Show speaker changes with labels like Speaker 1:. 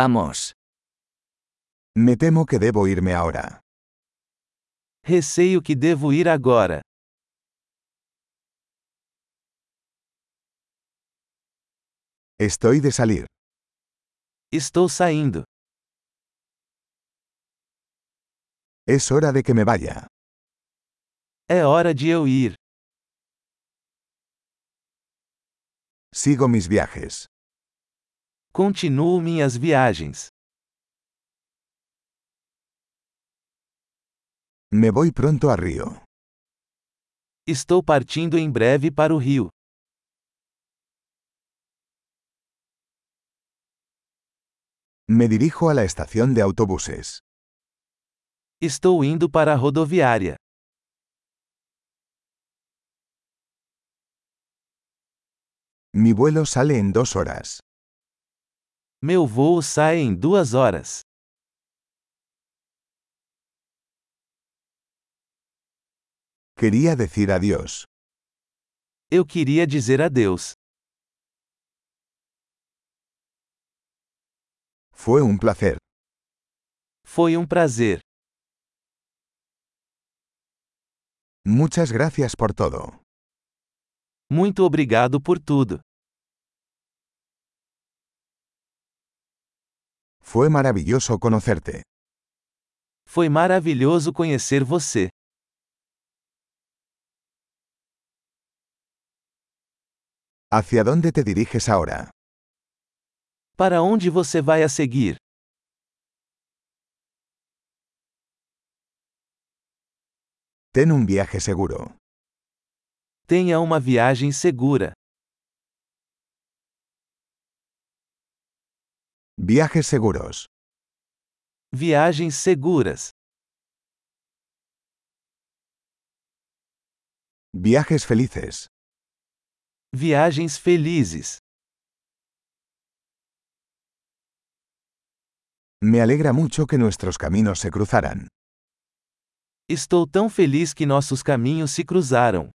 Speaker 1: Vamos.
Speaker 2: Me temo que debo irme ahora.
Speaker 1: Receio que devo ir agora.
Speaker 2: Estoy de salir.
Speaker 1: Estou saindo.
Speaker 2: Es hora de que me vaya.
Speaker 1: É hora de eu ir.
Speaker 2: Sigo mis viajes.
Speaker 1: Continuo minhas viagens.
Speaker 2: Me voy pronto a Río.
Speaker 1: Estou partindo em breve para o Rio.
Speaker 2: Me dirijo a la estación de autobuses.
Speaker 1: Estou indo para a rodoviária.
Speaker 2: Mi vuelo sale en dos horas.
Speaker 1: Meu voo sai em duas horas.
Speaker 2: Quería decir adiós.
Speaker 1: Eu queria dizer adeus.
Speaker 2: Fue un placer.
Speaker 1: Foi um prazer.
Speaker 2: Muchas gracias por todo.
Speaker 1: Muito obrigado por tudo.
Speaker 2: Fue maravilloso conocerte.
Speaker 1: Foi maravilhoso conhecer você.
Speaker 2: ¿Hacia dónde te diriges ahora?
Speaker 1: Para onde você vai a seguir?
Speaker 2: Ten un viaje seguro.
Speaker 1: Tenha uma viagem segura.
Speaker 2: Viajes seguros.
Speaker 1: Viagens seguras.
Speaker 2: Viajes felices.
Speaker 1: Viagens felizes.
Speaker 2: Me alegra mucho que nuestros caminos se cruzaran.
Speaker 1: Estou tão feliz que nossos caminhos se cruzaram.